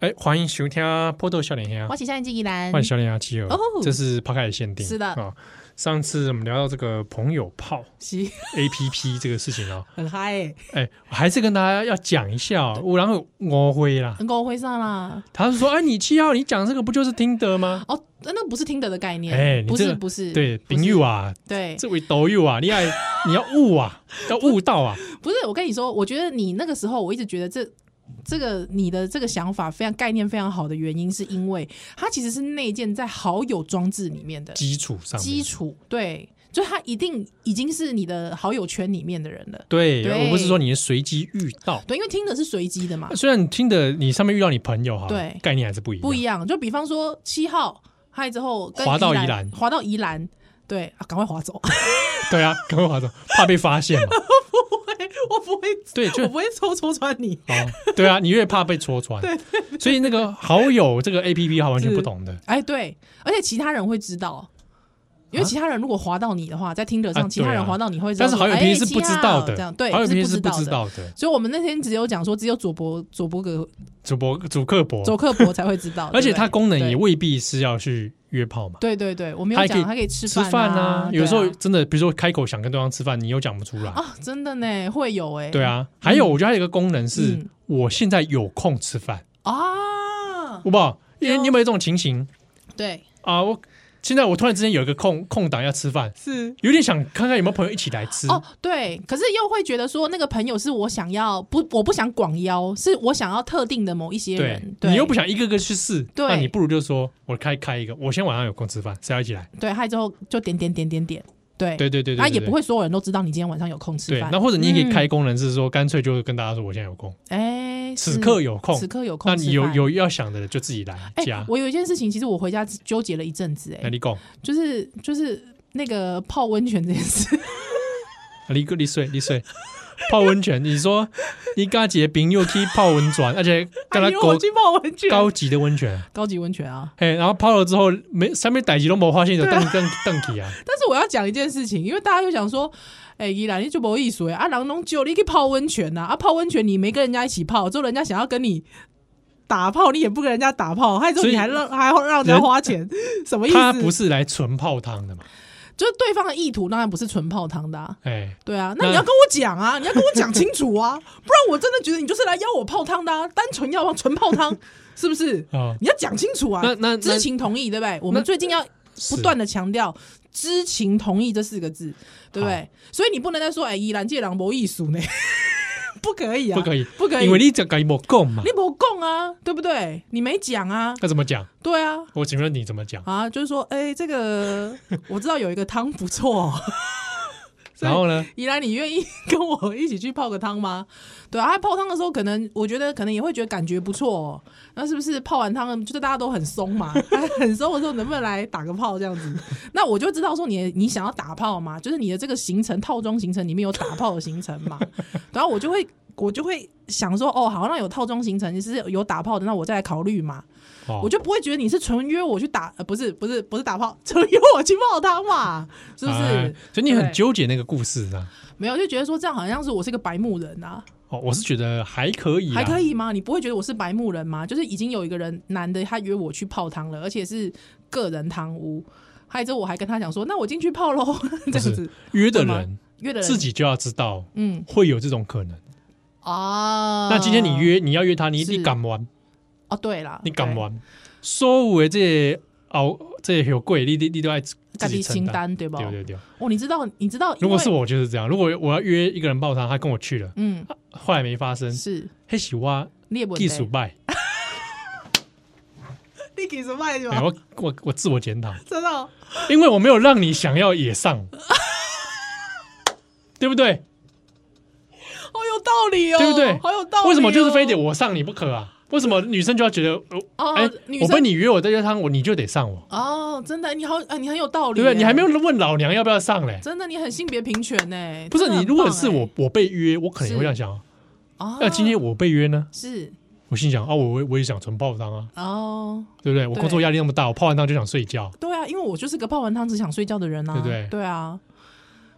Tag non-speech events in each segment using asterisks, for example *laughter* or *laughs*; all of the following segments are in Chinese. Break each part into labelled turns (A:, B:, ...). A: 哎，欢迎收听《波豆笑脸鸭
B: 我》，起相机依兰
A: 啊欢迎笑脸鸭企鹅
B: 哦，
A: 这是抛开的限定。
B: 是的
A: 啊，上次我们聊到这个朋友炮
B: 是
A: A P P 这个事情啊，
B: 很嗨、欸，
A: 哎，我还是跟大家要讲一下哦，我然后我会啦，
B: 很够会上啦。
A: 他是说，哎，你七号你讲这个不就是听得吗？
B: 哦，那不是听得的概念，
A: 哎你
B: 不
A: 这
B: 是
A: 个
B: 不是，
A: 对，
B: 不是
A: 朋友啊，
B: 对，
A: 这位抖友啊，你爱你要悟
B: *laughs*
A: 啊，要悟到啊，
B: 不是我跟你说，我觉得你那个时候，我一直觉得这这个你的这个想法非常概念非常好的原因，是因为它其实是内建在好友装置里面的
A: 基础上面
B: 基础，对，就它一定已经是你的好友圈里面的人了，
A: 对，
B: 对
A: 而不是说你是随机遇到。
B: 对，因为听的是随机的嘛，
A: 虽然你听的你上面遇到你朋友哈，
B: 对
A: 概念还是不一样，
B: 不一样。就比方说七号嗨之后跟
A: 滑到宜
B: 宜
A: 兰
B: 滑到宜兰，对，啊赶、快滑走。
A: 对啊，赶快划走，怕被发现嘛。 *laughs*
B: 我不会，
A: 对就
B: 我不会戳戳穿你。
A: 哦，对啊，你越怕被戳
B: *laughs*
A: 穿，所以那个好友这个 A P P 哈完全不同的，
B: 哎，对，而且其他人会知道，因为其他人如果滑到你的话，在听者上，
A: 啊
B: 其他
A: 对啊
B: 人滑到你会知道
A: 但是
B: 说，
A: 好友 A
B: 哎
A: P P 是不知
B: 七号
A: 道的，
B: 这样对，
A: 好友 A P P
B: 是
A: 是不
B: 知
A: 知
B: 道的。
A: 道的，
B: 所以我们那天只有讲说，只有佐伯佐伯格
A: 主播主刻薄，
B: 佐克伯才
A: *laughs*
B: 会知道，
A: 哦而且
B: 对不对
A: 它功能也
B: 对
A: 未必是要去约炮嘛，
B: 对对对，我没
A: 它
B: 有
A: 也可以
B: 讲，他可以吃
A: 吃饭
B: 啊
A: 啊，，有时候
B: 对
A: 真的比如说开口想跟对方吃饭，你又讲不出来
B: 啊，啊，真的呢，会有哎，
A: 对啊，还有我觉得还有一个功能是
B: 嗯，
A: 我现在有空吃饭，
B: 啊，
A: 好不好？因为
B: 有
A: 你有没有这种情形
B: 对，
A: 啊？我现在我突然之间有一个空空档要吃饭，
B: 是。
A: 有点想看看有没有朋友一起来吃
B: 哦，对，可是又会觉得说那个朋友是我想要不，我不想广邀，是我想要特定的某一些
A: 对
B: 人，，对
A: 你又不想一个个去试，
B: 对
A: 那你不如就说，我开开一个，我先晚上有空吃饭，谁要一起来？
B: 对，嗨之后就点点点点点，对
A: 对对对对，
B: 啊
A: 对
B: 也不。会所有人都知道你今天晚上有空吃
A: 对，
B: 饭。嗯
A: 那或者你也可以开功能是说，干脆就跟大家说，我现在有空，
B: 哎，是
A: 此刻有空，
B: 此刻有空
A: 那
B: 吃
A: 你
B: 饭，
A: 有有要想的就自己来
B: 哎、
A: 加。
B: 我有一件事情，其实我回家纠结了一阵子、
A: 那
B: 哎，
A: 你讲，
B: 就是就是那个泡温泉这件事，
A: 你你睡你睡，泡温泉，你说你跟他姐朋友去泡温泉，而且跟
B: *laughs*
A: 他
B: 哎呦我
A: 高
B: 去泡温泉，
A: 高级的温泉，
B: 高级温泉啊。
A: 哎，然后泡了之后没上面逮几都没发现有邓邓邓体啊，
B: 但是我要讲一件事情，因为大家就想说，哎、依然你就没意思哎，啊，狼龙酒你去泡温泉呐、啊，泡温泉你没跟人家一起泡，之后人家想要跟你。打炮你也不跟人家打炮，还之后
A: 所以
B: 你还让还要让人家
A: 人
B: 花钱，什么意思？
A: 他不是来纯泡汤的嘛，
B: 就是对方的意图当然不是纯泡汤的、啊，
A: 哎，
B: 对啊，
A: 那
B: 那你要跟我讲啊，你要跟我讲清楚啊，不 *laughs* 然我真的觉得你就是来邀我泡汤的、啊，单纯要纯泡汤，是不是？
A: 啊，
B: 你要讲清楚啊
A: 那，那那
B: 知情同意对不对？我
A: 那
B: 们最近要
A: 是
B: 不断的强调知情同意这四个字，对不对？所以你不能再说哎，依兰借狼博艺术呢， *laughs* 不可以啊，
A: 不可以，
B: 不可以，
A: 因为你讲改我供嘛
B: 你，没供啊，对不对？你没讲啊，
A: 那怎么讲？
B: 对啊，
A: 我请问你怎么讲？
B: 啊，就是说，哎、这个我知道有一个汤不错、哦， *laughs*
A: 然后呢？
B: 宜兰，你愿意 *laughs* 跟我一起去泡个汤吗？对啊，泡汤的时候，可能我觉得可能也会觉得感觉不错、哦，那是不是泡完汤了，就是大家都很松嘛，哎很松的时候能不能来打个炮这样子？那我就知道说你你想要打炮嘛，就是你的这个行程套装行程里面有打炮的行程嘛，然后我就会我就会想说，哦，好，那有套装行程是有打炮的，那我再来考虑嘛。
A: 哦
B: 我就不会觉得你是纯约我去打，呃，不是不是不是打炮，纯约我去泡汤嘛，是不是？
A: 哎所以你很
B: 对
A: 纠结那个故事啊。
B: 没有就觉得说这样好像是我是个白目人啊，
A: 哦，我是觉得还可以，
B: 还可
A: 以。
B: 以吗？你不会觉得我是白目人吗？就是已经有一个人男的他约我去泡汤了，而且是个人汤屋，还有之后我还跟他讲说，那我进去泡喽， *laughs* 这样子
A: 约的
B: 会吗
A: 人
B: 约的人
A: 自己就要知道
B: 嗯
A: 会有这种可能。
B: 啊，
A: 那今天你约，你要约他，你
B: 是
A: 你敢玩，
B: 哦对啦，
A: 你敢
B: 对
A: 玩，所有的这些哦这些有贵，你你你都要自
B: 自
A: 己
B: 己
A: 承
B: 清
A: 担。
B: 单对吧？
A: 对对对，
B: 哦，你知道你知道，
A: 如果是我就是这样。如果我要约一个人报他，他跟我去了，
B: 嗯
A: 后来没发生，
B: 是
A: 黑喜蛙
B: 列本
A: 技术败，
B: 你给什么卖是
A: 哎我我我自我检讨，
B: 真的哦。
A: 因为我没有让你想要野上，对不对？
B: 好有道理哦，
A: 对不对
B: 好有道理、哦。
A: 为什么就是非得我上你不可啊？为什么女生就要觉得
B: 哦
A: 呃哎、
B: 女
A: 我
B: 生
A: 被你约我在约汤，我你就得上我，
B: 哦？真的，你好，啊、你很有道理
A: 对不
B: 耶，
A: 对？你还没有问老娘要不要上嘞？
B: 真的，你很性别平权呢。
A: 不是
B: 真的
A: 你，
B: 很
A: 如果
B: 棒
A: 是
B: 哎
A: 我，我被约，我可能
B: 是
A: 会这样想：啊
B: 哦，
A: 那今天我被约呢？
B: 是
A: 我心想啊，我我也想纯泡汤啊，
B: 哦，
A: 对不对？我
B: 对
A: 工作压力那么大，我泡完汤就想睡觉，
B: 对啊，因为我就是个泡完汤只想睡觉的人啊，
A: 对不对
B: 对啊，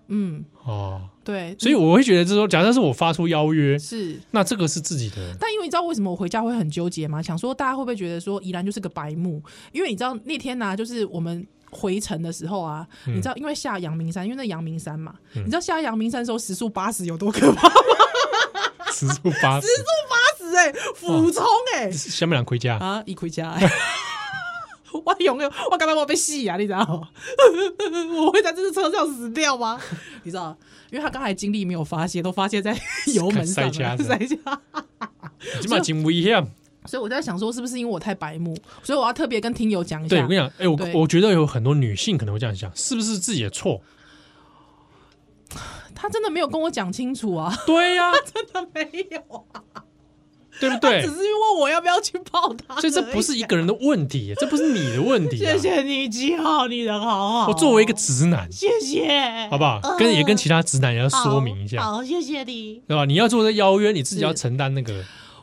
B: 嗯，
A: 哦，
B: 对，
A: 所以我会觉得，就是说，假设是我发出邀约，
B: 是。
A: 那这个是自己的， *laughs*
B: 但因为你知道为什么我回家会很纠结吗？想说大家会不会觉得说宜兰就是个白目？因为你知道那天呢、就是我们回程的时候啊，
A: 嗯
B: 你知道因为下阳明山，因为那阳明山嘛，
A: 嗯
B: 你知道下阳明山的时候时速八十有多可怕？
A: 吃住八十，
B: 八十哎，俯冲哎
A: 下面两回家，
B: 啊，一
A: *laughs*
B: 回家、 *laughs* 欸。我有没有？我刚才我被戏啊，你知道吗？ *laughs* 我会在这次车上死掉吗？ *laughs* 你知道，因为他刚才精力没有发泄，都发泄在 *laughs* 油门上了，
A: 塞车
B: 塞下。
A: 起码真危险。
B: 所以我在想说，是不是因为我太白目，所以我要特别跟听友讲一
A: 对，
B: 下
A: 我跟。你讲，哎，
B: 对
A: 我我觉得有很多女性可能会这样想，是不是自己的
B: *laughs*
A: 错？
B: 他真的没有跟我讲清楚啊， *laughs*
A: 对呀，
B: 真的没有，啊
A: 对不对
B: *laughs* 只？是问我要不要去抱他。
A: 所以这不是一个人的问题，这不是你的问题啊。
B: 谢谢你，记号你人好好。
A: 我作为一个直男，
B: 谢谢，
A: 好不好？跟也跟其他直男也要说明一下，
B: 哦好，谢谢你。
A: 对吧？你要做这邀约，你自己要承担那个。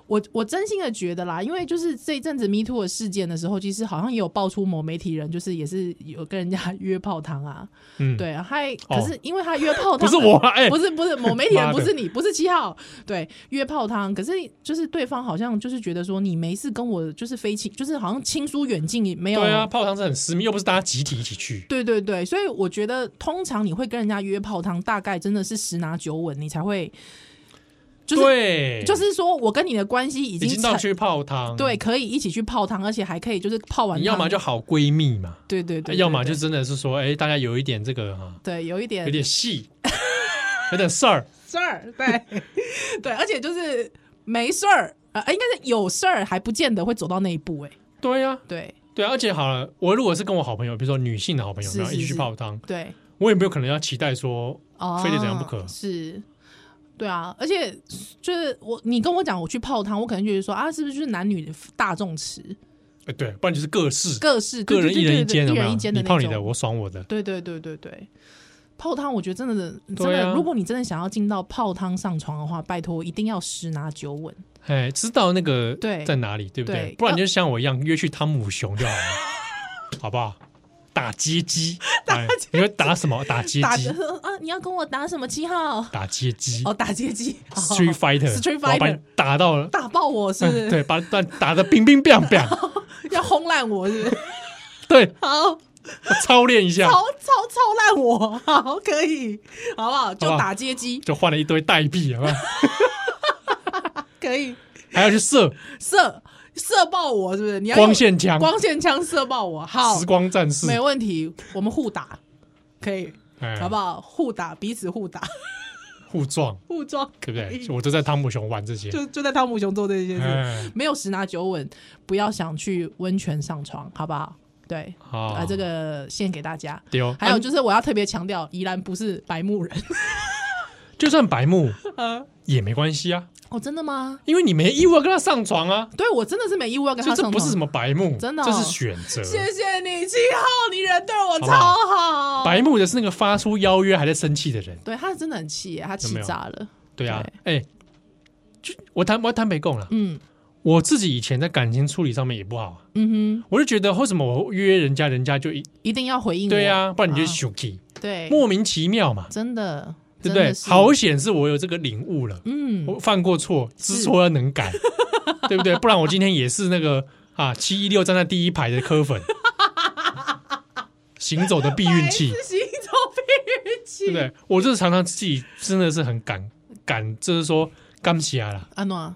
B: 我我真心的觉得啦，因为就是这一阵子 Me Too 的事件的时候，其实好像也有爆出某媒体人，就是也是有跟人家 *laughs* 约泡汤啊，
A: 嗯，，
B: 对啊，还
A: 哦
B: 可是因为他约泡
A: 不
B: 汤，
A: 是我啊，哎，
B: 不是不是某媒体
A: 妈
B: 人，
A: 的
B: 不是你，不是七号，对，约泡汤。可是就是对方好像就是觉得说你没事跟我就是非亲，就是好像亲疏远近也没有。
A: 对啊，泡汤是很私密，又不是大家集体一起去。
B: 对对对，所以我觉得通常你会跟人家约泡汤，大概真的是十拿九稳，你才会就是
A: 对，
B: 就是说我跟你的关系已
A: 已
B: 经
A: 经到
B: 成
A: 去泡汤，
B: 对，，可以一起去泡汤，而且还可以就是泡完
A: 嗯
B: 汤，
A: 你要么就好闺蜜嘛，啊
B: 对对对，对
A: 要么
B: 对
A: 就真的是说，哎，大家有一点这个哈，
B: 对有一点
A: 有点戏， *laughs* 有点事儿，
B: 事儿，对 *laughs* 对，而且就是没事儿。呃，应该是有事儿还不见得会走到那一步哎、
A: 对呀，
B: 对
A: 对啊，而且好了，我如果是跟我好朋友，比如说女性的好朋友，
B: 是
A: 然后一起去
B: 是
A: 泡汤，
B: 对，
A: 我也没有可能要期待说
B: 哦，
A: 非得怎样不可
B: 是，对啊，而且就是我，你跟我讲我去泡汤，我可能觉得说啊，是不是就是男女大众池，
A: 哎，对，不然就是各式
B: 各式
A: 个人一人一间，
B: 一
A: 有没
B: 人
A: 有？
B: 一间
A: 你
B: 那
A: 泡
B: 种，
A: 你的，我爽我的。
B: 对对对对对。泡汤，我觉得真的真
A: 对
B: 的，
A: 啊
B: 如果你真的想要进到泡汤上床的话，拜托一定要十拿九稳。
A: 哎，知道那个
B: 对
A: 在哪里，对不对
B: 对？
A: 不然你就像我一样约去汤姆熊就好了， *laughs* 好不好？打街
B: *laughs*
A: 机，哎，你会打什么？打街
B: 打
A: 机，
B: 啊，你要跟我打什么七号？
A: 打街机
B: 哦，打街机
A: ，Street Fighter，
B: Street
A: 我要把你
B: Fighter
A: 打到了，
B: *laughs* 打爆我是不是？
A: 对，把打打的冰冰冰冰，
B: 要轰烂我是不是？
A: *laughs* 对，
B: 好。
A: 操练一下
B: 超，超超烂我，好可以，好不好？就打街机，
A: 就换了一堆代币，好吧？
B: 可以
A: 还要去射
B: 射射爆我，是不是？你要用
A: 光线枪、
B: 光线枪射爆我，好
A: 时，光战士，
B: 没问题，我们互打，可以，
A: 哎
B: 好不好？互打，彼此互打， *laughs*
A: 互撞，
B: 互撞，
A: 对不
B: 可以
A: 对？我都在汤姆熊玩这些，
B: 就就在汤姆熊做这件事，
A: 哎，
B: 没有十拿九稳，不要想去温泉上床，好不好？对，
A: 好
B: 啊，，这个献给大家。
A: 丢，
B: 还有
A: 啊
B: 就是，我要特别强调，宜兰不是白
A: *laughs*
B: 木人。
A: 就算白目
B: *laughs* 啊
A: 也没关系啊。
B: 哦，真的吗？
A: 因为你没义务要跟他上床啊，
B: 对我真的是没义务要跟
A: 所以
B: 他
A: 这
B: 上
A: 不是
B: 床
A: 什么白目，
B: 真的哦
A: 这是选择。
B: 谢谢你，七号，你人对我超
A: 好
B: 好。
A: 白目的是那个发出邀约还在生气的人，
B: 对他真的很气耶，他气
A: 有没有
B: 炸了。
A: 对啊，哎，就我坦我坦白讲了，
B: 嗯
A: 我自己以前在感情处理上面也不好啊，
B: 嗯哼，
A: 我就觉得为什么我约人家，人家就一
B: 一定要回应我。
A: 对啊，不然你就
B: 啊
A: 生气，
B: 对，
A: 莫名其妙嘛，
B: 真的，
A: 对不
B: 真
A: 对
B: 的？是
A: 好，险是我有这个领悟了，
B: 嗯，
A: 我犯过错，知错要能
B: *laughs*
A: 改，对不对？不然我今天也是那个啊七一六站在第一排的科粉，行走的避孕
B: *laughs*
A: 器。
B: 是行走避孕器。
A: 对不对？我就是常常自己真的是很感感，就是说感谢啦。
B: 安诺，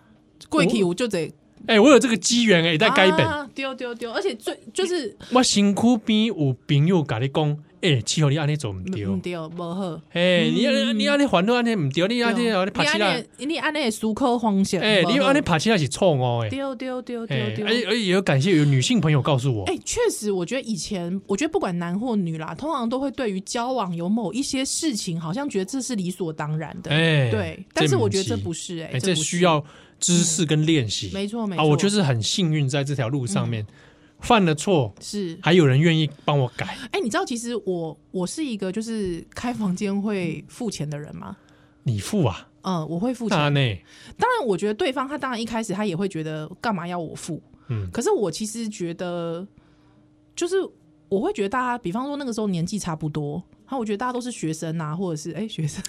B: 贵体我就得
A: 哎、我有这个机缘哦哎，在该本、
B: 啊丢丢丢，而且最就是
A: 我辛苦边有朋友跟你讲，哎、气候你安尼做唔对，
B: 嗯丢不好。
A: 哎、你安尼你安尼烦恼安尼唔对，你安尼安尼
B: 对哦啊
A: 爬起
B: 你
A: 来，
B: 安尼你安尼的舒克方向，
A: 哎、你安尼爬起来是错哦哎，
B: 丢丢丢
A: 哎
B: 丢，丢
A: 而。且而且也有感谢有女性朋友告诉我，
B: 哎、确实，我觉得以前，我觉得不管男或女啦，通常都会对于交往有某一些事情，好像觉得这是理所当然的。
A: 哎、
B: 对，但是我觉得这
A: 不
B: 不
A: 是，
B: 是、
A: 哎、
B: 哎、
A: 这
B: 不是
A: 需，要知识跟练习、
B: 没错没错，嗯
A: 啊，我就是很幸运在这条路上面、犯了错，
B: 是。
A: 还有人愿意帮我
B: *laughs*
A: 改。
B: 哎、你知道其实我我是一个就是开房间会付钱的人吗？
A: 你付啊？
B: 嗯，我会付钱。
A: 那呢？
B: 当然，我觉得对方他当然一开始他也会觉得干嘛要我付，
A: 嗯，
B: 可是我其实觉得，就是我会觉得大家，比方说那个时候年纪差不多，后我觉得大家都是学生啊，或者是哎、学生，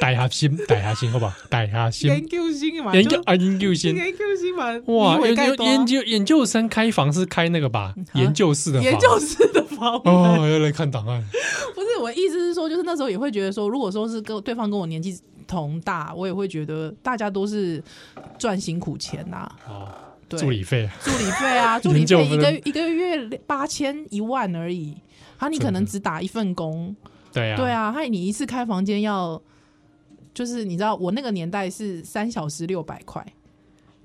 A: 逮下心，逮下心，好不好？逮
B: *laughs*
A: 下
B: 研
A: 心，
B: 究生嘛，
A: *laughs* 研究
B: 就
A: 啊，研究先。
B: 研究生嘛，
A: 哇，
B: 以为
A: 研
B: 盖
A: 究
B: 多啊嗯
A: 研究研究生开房是开那个吧？研究室的房
B: 啊研究室的访问。
A: 哦，要来看档案。
B: 不是我意思是说，就是那时候也会觉得说，如果说是跟对方跟我年纪同大，我也会觉得大家都是赚辛苦钱呐、
A: 哦，
B: *laughs* 对，
A: 助理费
B: 助理
A: *laughs*
B: 费啊，助理
A: 研究
B: 费一个
A: 分
B: 一个月八千一万而已，啊，你可能只打一份工，
A: 对呀、
B: 对，啊，害你一次开房间要，就是你知道我那个年代是三小时六百块，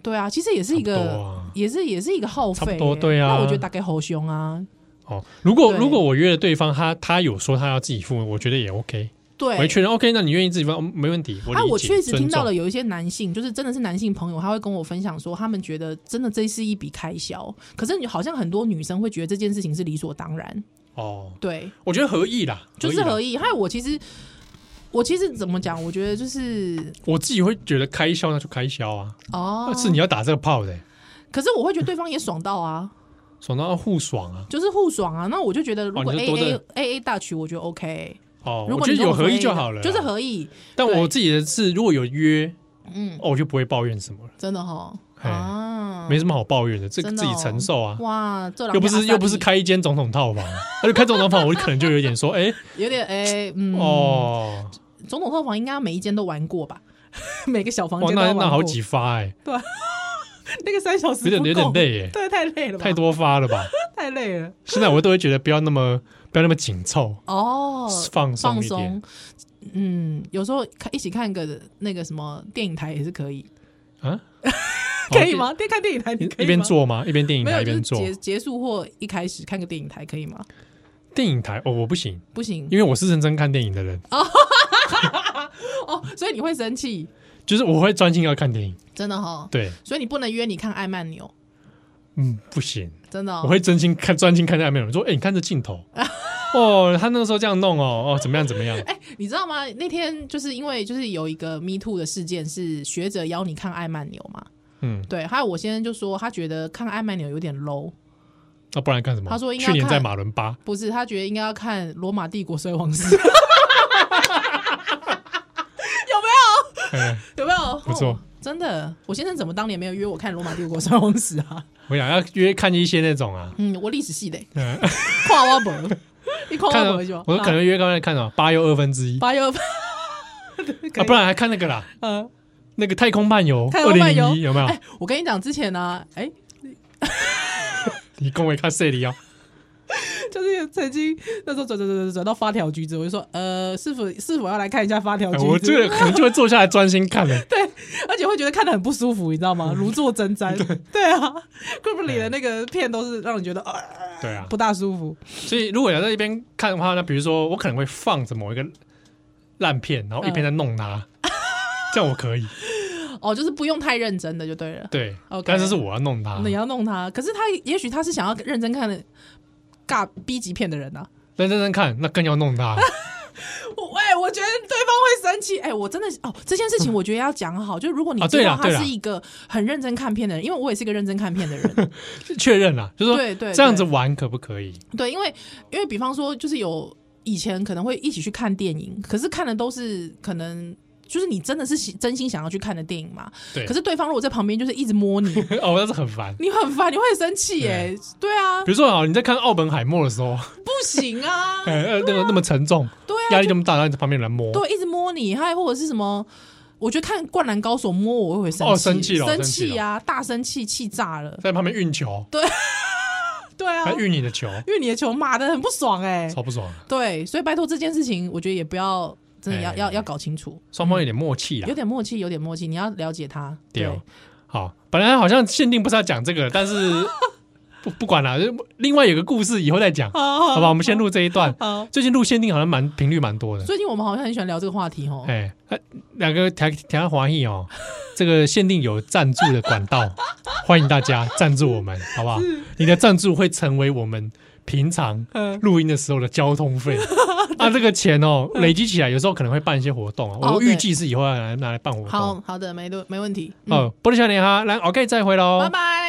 B: 对啊，其实也是一
A: 差不多
B: 个。
A: 啊
B: 也是也是一个耗费、
A: 差不多对啊
B: 那我觉得大概好凶啊，
A: 哦，如果
B: 对
A: 如果我约了对方，他他有说他要自己付，我觉得也 OK，
B: 对，
A: 我会确认 OK，那你愿意自己付，嗯没问题。我理
B: 啊，
A: 解
B: 我确实听到，
A: 尊
B: 了有一些男性，就是真的是男性朋友，他会跟我分享说，他们觉得真的这是一笔开销，可是你好像很多女生会觉得这件事情是理所当然，
A: 重哦，
B: 对，
A: 我觉得合意啊啦，
B: 就是
A: 啦
B: 合意。还有我其实，我其实怎么讲，我觉得就是
A: 我自己会觉得开销那就开销啊，
B: 哦
A: 那，是你要打这个炮的、
B: 可是我会觉得对方也爽到啊，
A: 爽到要互爽啊！
B: 就是互爽啊。那我就觉得如果
A: 哦你
B: A
A: 就多
B: A
A: 的
B: A A 大曲，我觉得 OK。
A: 哦，
B: 如
A: 我
B: 果
A: 觉
B: 你
A: 得
B: 跟
A: 有
B: 我
A: 合意
B: 说 A
A: 就
B: 的
A: 好了啦，
B: 就是合意，
A: 但
B: 对
A: 我自己的是，如果有约，
B: 嗯，
A: 哦，我就不会抱怨什么了，
B: 真的哈
A: 嘿
B: 啊，
A: 没什么好抱怨的，这个
B: 真的
A: 自
B: 哦
A: 己承受啊。
B: 哇，这
A: 又不是又不是
B: 开。
A: 开一间总统套房，啊 *laughs* 那就开总统套房，我可能就有点说，哎、
B: 有点哎、 *laughs* 嗯，
A: 哦，
B: 总统套房应该每一间都玩过吧？ *laughs* 每个小房
A: 哇，
B: 间都
A: 哦那
B: 玩
A: 那
B: 过
A: 好几，发哎、
B: 那个三小时
A: 有点
B: *laughs* 不
A: 有点
B: 够
A: 累耶
B: 对，太累了吧，
A: 太多发了吧？ *laughs*
B: 太累了。
A: 现在我都会觉得不要那么不要那么紧凑，
B: 哦，
A: 放松
B: 放
A: 一点
B: 松，嗯，有时候看一起看个那个什么电影台也是可以，
A: 啊，
B: *laughs*
A: 哦
B: 可以吗？边看电影台
A: 一
B: 你可以
A: 一边
B: 吗，
A: 做吗？一边电影
B: 没
A: 台
B: 有
A: 一
B: 就是
A: 边做
B: 结结束或一开始看个电影台可以吗？
A: 电影台哦，我不行，
B: 不行
A: 因为我是认真看电影的人，
B: 啊哦，所以你会生气，
A: 就是我会专心要看电影。
B: 真的哈。
A: 对，
B: 所以你不能约你看艾曼纽，
A: 嗯，不行，
B: 真的哦
A: 我会真心看专心看下面有人说，哎、你看这镜头，
B: *laughs*
A: 哦，他那个时候这样弄哦，哦，怎么样怎么样，
B: 哎、你知道吗？那天就是因为就是有一个 Me Too 的事件，是学者邀你看艾曼纽嘛？
A: 嗯，
B: 对，还有我先生就说他觉得看艾曼纽有点 low，
A: 那不然看什么？
B: 他说应该
A: 去年在
B: 看
A: 马伦巴，
B: 不是他觉得应该要看罗马帝国衰 *laughs* 亡史，
A: 哎、
B: 有没有？
A: 不错
B: 哦真的，我先生怎么当年没有约我看罗马帝国衰亡史啊？
A: 我想要约看一些那种啊，
B: *laughs* 嗯，我历史系的、 *laughs*
A: 嗯
B: 跨挖 *laughs* 本，你跨
A: 看
B: 挖
A: 了
B: 哦本就，啊
A: 我可能约刚才看了八又二分之一
B: 八月 *laughs* 二，
A: 啊，不然还看那个啦，
B: 呃，
A: 那个太空漫游
B: 太
A: 二
B: 空
A: 零
B: 漫游
A: 零一有没有
B: 哎、？我跟你讲，之前呢、哎、 *laughs*
A: 你跟我看这里啊，
B: 就是曾经那时候转转转转转到发条橘子，我就说，呃，是否是否要来看一下发条
A: 哎
B: 橘子？
A: 我这个可能就会坐下来专心看了。
B: *laughs* 而且会觉得看得很不舒服，你知道吗？如坐针毡。嗯 *laughs* 对啊 g r u p 里的那个片都是让你觉得啊
A: 对啊，
B: 不大舒服。
A: 所以如果要在一边看的话，那比如说我可能会放着某一个烂片，然后一边在弄
B: 啊
A: 它， *laughs* 这样我可以
B: 哦，就是不用太认真的就对了。
A: 对
B: OK
A: 但是是我要弄它
B: 那，你要弄他，可是他也许他是想要认真看的尬 B 级片的人啊。
A: 认真真看，那更要弄
B: *laughs*
A: 它。
B: 我哎、我觉得对方会生气。哎、我真的是哦，这件事情我觉得要讲好，就如果你
A: 啊
B: 知
A: 对
B: 道
A: 啦
B: 他
A: 对啦
B: 是一个很认真看片的人，因为我也是一个认真看片的人。
A: 确认啦，就是
B: 对
A: 说
B: 对
A: 这样子玩可不可以？ *laughs*
B: 对，因为因为比方说，就是有以前可能会一起去看电影，可是看的都是可能。就是你真的是喜真心想要去看的电影嘛？
A: 对
B: 可是对方如果在旁边就是一直
A: *laughs*
B: 摸你，
A: 哦，那是很烦。
B: 你很烦，你会很生气耶、对啊
A: 比，如说啊，你在看奥本海默的时候， *laughs*
B: 不行啊，
A: 哎，呃那个那么沉重，
B: 对
A: 压
B: 啊，
A: 力这么大，然后你在旁边有人摸，
B: 对，一直摸你，还或者是什么？我觉得看《灌篮高手》摸我，我会生气，
A: 哦生气了
B: 生
A: 生气
B: 气啊，大生气，气炸
A: *laughs*
B: 了。
A: 在旁边运球，
B: 对啊
A: 还，运你的球，
B: 因为你的球骂的很不爽哎、
A: 超不爽的。
B: 对，所以拜托这件事情，我觉得也不要真的要、
A: 哎
B: 要要搞清楚，
A: 双方有点默契啦
B: 有。点默契，有点默契，你要了解他。
A: 对
B: 对
A: 哦，好，本来好像限定不是要讲这个，但
B: *laughs*
A: 是不不管了，就另外有个故事以后再讲，
B: 好
A: 好吧？我们先录这一段。
B: 好。
A: 最近录限定好像蛮频率蛮多的，
B: 最近我们好像很喜欢聊这个话题哦。
A: 哎，呃两个台台湾华裔
B: *laughs*
A: 哦，这个限定有赞助的管道，欢迎大家赞助我们，好不好？你的赞助会成为我们平常
B: 嗯
A: 录音的时候的交通
B: *laughs*
A: 费。啊，这个钱哦，累积起来，有时候可能会办一些活动啊。
B: 哦
A: 我预
B: 对
A: 计是以后要拿来拿来办活动。
B: 好好的，没问没问题。嗯，
A: 哦，玻璃少年哈，来，OK，再会喽，
B: 拜拜。